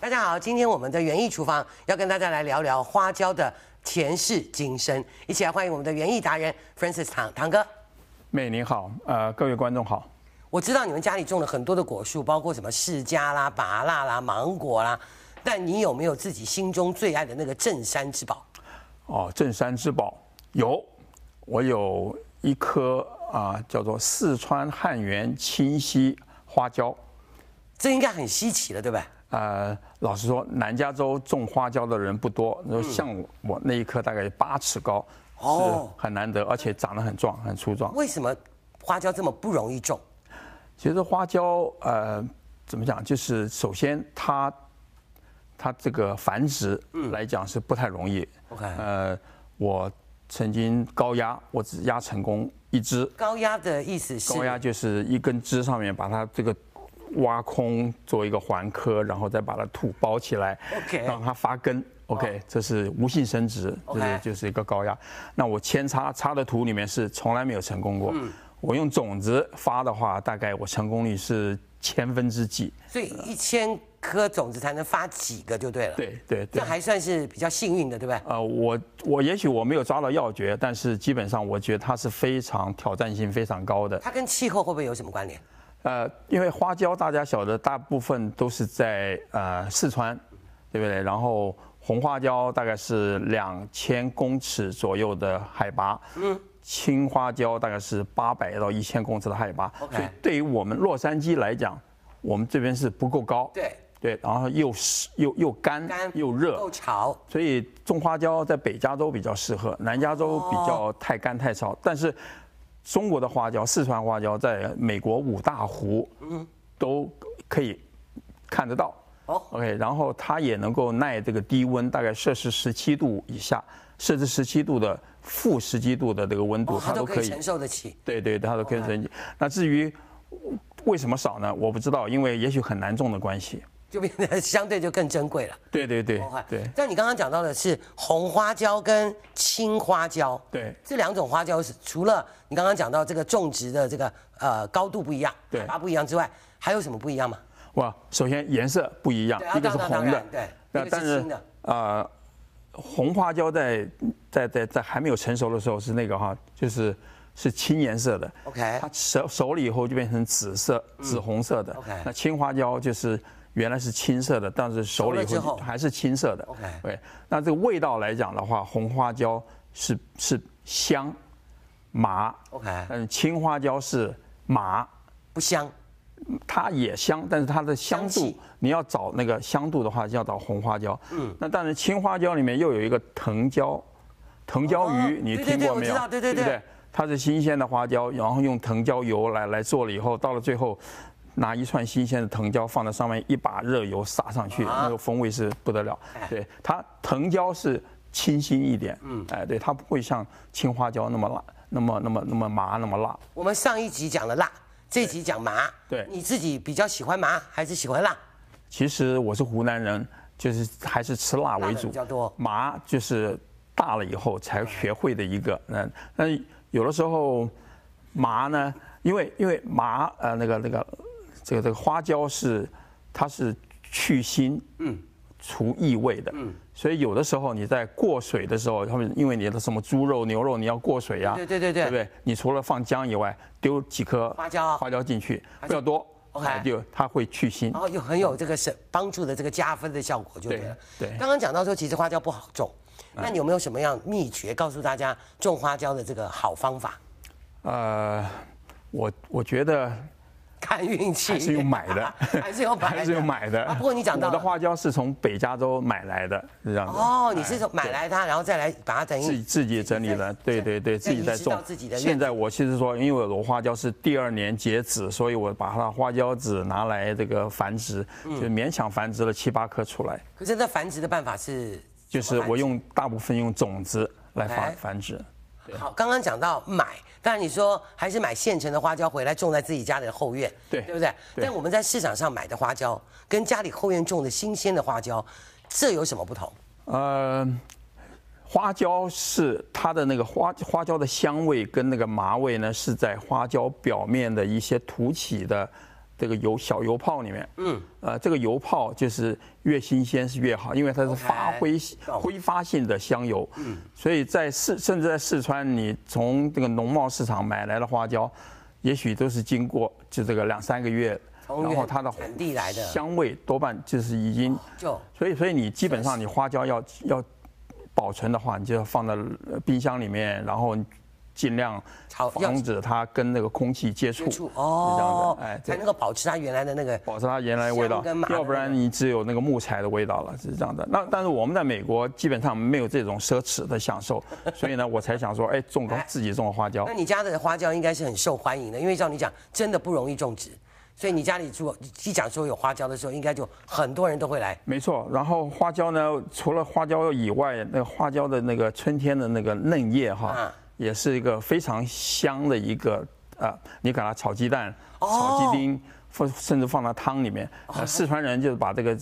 大家好，今天我们的园艺厨房要跟大家来聊聊花椒的前世今生，一起来欢迎我们的园艺达人 Francis 唐唐哥。妹你好，呃，各位观众好。我知道你们家里种了很多的果树，包括什么释迦啦、芭辣啦、芒果啦，但你有没有自己心中最爱的那个镇山之宝？哦，镇山之宝有，我有一颗啊、叫做四川汉源清溪花椒。这应该很稀奇了，对不对？呃，老实说，南加州种花椒的人不多，然后像我,、我那一颗大概八尺高，哦是很难得，而且长得很壮，很粗壮。为什么花椒这么不容易种？其实花椒，呃，怎么讲？就是首先它，它这个繁殖来讲是不太容易。 OK 呃，我曾经高压，我只压成功一只。高压的意思是高压就是一根枝上面把它这个挖空做一个环科，然后再把它土包起来 OK 哦让它发根。OK，、这是无性生殖， OK 这是就是一个高压。那我扦插插的土里面是从来没有成功过。嗯我用种子发的话，大概我成功率是千分之几。所以一千颗种子才能发几个就对了。，对对对这。还算是比较幸运的，对不对？呃，我我也许我没有抓到要诀，但是基本上我觉得它是非常挑战性非常高的。它跟气候会不会有什么关联？呃，因为花椒大家晓得，大部分都是在呃四川，对不对？然后红花椒大概是两千公尺左右的海拔，嗯，青花椒大概是八百到一千公尺的海拔 OK 所以对于我们洛杉矶来讲，我们这边是不够高，对对，然后又湿又又干干又热，够潮，所以种花椒在北加州比较适合，南加州比哦较太干太潮。但是中国的花椒，四川花椒，在美国五大湖，嗯，都可以看得到。哦 OK，然后它也能够耐这个低温，大概摄氏十七度以下，摄氏十七度的负十七度的这个温度，哦，它它都都可可以以承受得哦起。对对，它都可以升级。那至于为什么少呢？我不知道，因为也许很难种的关系。就变得 相对就更珍贵了。对对哦对对但你刚刚讲到的是红花椒跟青花椒，对这两种花椒是除了你刚刚讲到这个种植的这个呃高度不一样，对海拔不一样之外，还有什么不一样吗？哇，首先颜色不一样对啊，一个是当然当红的然，对那一个是但是青的呃，红花椒在在在在还没有成熟的时候是那个哈，就是是青颜色的 OK 嗯它熟熟了以后就变成紫色、紫红色的。 OK 那青花椒就是原来是青色的，但是熟了以熟了之后后还是青色的。 OK 对，那这个味道来讲的话，红花椒是是香麻 OK 但是青花椒是麻。不香，它也香，但是它的香香度气，你要找那个香度的话，就要找红花椒。嗯，那当然青花椒里面又有一个藤椒，藤椒哦鱼，你对对听对过我没知有？道对对不对对，它是新鲜的花椒，然后用藤椒油来来做了以后，到了最后。拿一串新鲜的藤椒放在上面，一把热油撒上去，啊那个风味是不得了。哎对它藤椒是清新一点，嗯，哎，对它不会像青花椒那么辣，那么那么那么麻，那么辣。我们上一集讲了辣，这集讲麻，对你自己比较喜欢麻还是喜欢辣？其实我是湖南人，就是还是吃辣为辣的主，比较多麻就是大了以后才学会的一个。那那有的时候麻呢，因为因为麻呃那个那个这个这个花椒是它是去腥，嗯，除异味的，嗯，所以有的时候你在过水的时候，他们因为你的什么猪肉、牛肉你要过水呀、对对对对对不对？你除了放姜以外，丢几颗花椒花椒进去，不要多。 OK 哎就它会去腥然，后又很有这个是帮助的这个加分的效果就对了。对嗯对刚刚讲到说，其实花椒不好种，那你有没有什么样秘诀告诉大家种花椒的这个好方法？呃，我我觉得看运气，，还是用买的 还是有买的，还是用买的。啊不过你讲到我的花椒是从北加州买来的，是这样子。哦，你是买来它，然后再来把它等自己于自己整理的，对对对，自己在移植种到自己的。院子现在我其实说，因为我的花椒是第二年结籽，所以我把它的花椒籽拿来这个繁殖，嗯就勉强繁殖了七八颗出来。可是那繁殖的办法是，就是我用大部分用种子来繁 OK 繁殖。好，刚刚讲到买，当然你说还是买现成的花椒回来种在自己家里的后院，对对不对？对但我们在市场上买的花椒跟家里后院种的新鲜的花椒，这有什么不同？呃，花椒是它的那个花花椒的香味跟那个麻味呢，是在花椒表面的一些凸起的这个油小油泡里面，嗯，呃，这个油泡就是越新鲜是越好，因为它是 OK，发挥懂挥发性的香油，嗯，所以在四甚至在四川，你从这个农贸市场买来的花椒，也许都是经过就这个两三个月，从然后原它的产地来的哦香味多半就是已经，就所以所以你基本上你花椒要要保存的话，你就要放到呃冰箱里面，然后尽量炒要防止它跟那个空气接触，接触是这样哦的，哎，才对能。够保持它原来的那个保持它原来的味香道跟麻，的要不然你只有那个木材的味道了，是这样的。那但是我们在美国基本上没有这种奢侈的享受，所以呢，我才想说，哎，种个哎自己种个花椒那，你家的花椒应该是很受欢迎的，因为照你讲，真的不容易种植，所以你家里如果一讲说有花椒的时候，应该就很多人都会来。没错。然后花椒呢，除了花椒以外，那个花椒的那个春天的那个嫩叶嗯哈，也是一个非常香的一个啊，你给它炒鸡蛋、炒鸡丁，放甚至放到汤里面。呃四川人就是把这个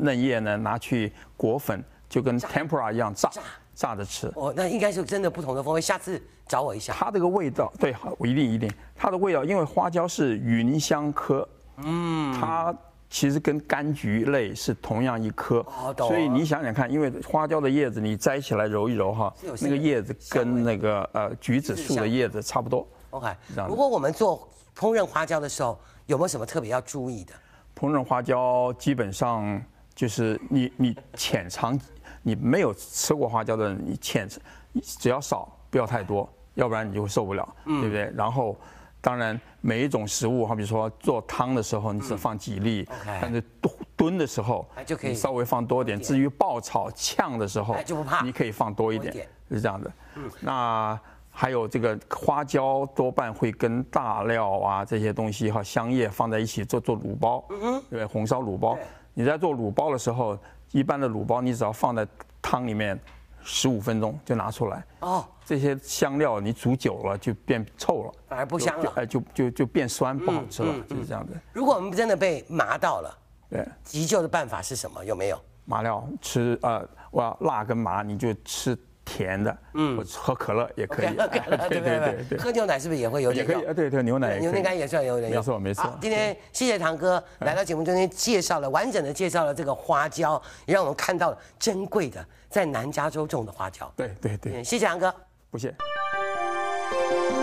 嫩叶呢拿去裹粉，就跟 tempura 一样炸炸着吃。哦，那应该是真的不同的风味，下次找我一下。它这个味道，对，我一定一定，它的味道，因为花椒是芸香科，嗯，它其实跟柑橘类是同样一科，哦懂了所以你想想看，因为花椒的叶子你摘起来揉一揉哈是有，香那个叶子跟那个呃橘子树的叶子差不多。 OK，是这样的如果我们做烹饪花椒的时候，有没有什么特别要注意的？烹饪花椒基本上就是你你浅尝，你没有吃过花椒的人，你浅尝只要少，不要太多，要不然你就会受不了，嗯对不对？然后当然每一种食物，好比说做汤的时候，你只放几粒， OK 但是炖炖的时候哎就可以你稍微放多点。多一至于爆炒呛的时候哎就不怕，你可以放多一多一点点，是这样的。嗯那还有这个花椒多半会跟大料啊这些东西哈香叶放在一起做做卤包，对，红烧卤包嗯对。你在做卤包的时候，一般的卤包你只要放在汤里面十五分钟就拿出来，哦，这些香料你煮久了就变臭了，反而不就香啊嗯就了。哎就就就变酸不好吃了，就是这样的。如果我们真的被麻到了，对，急救的办法是什么？有没有？麻料吃呃，我要辣跟麻你就吃甜的，嗯，或者喝可乐 也可以，喝可乐哎对 对不对对对？对，喝牛奶是不是也会有也点可用以，？呃对对，牛奶也牛可奶以干也算有点用。没错没错好今天谢谢堂哥来到节目中间介绍了完整的介绍了这个花椒，也让我们看到了珍贵的在南加州种的花椒。嗯对对对，嗯谢谢堂哥。不谢。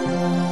Thank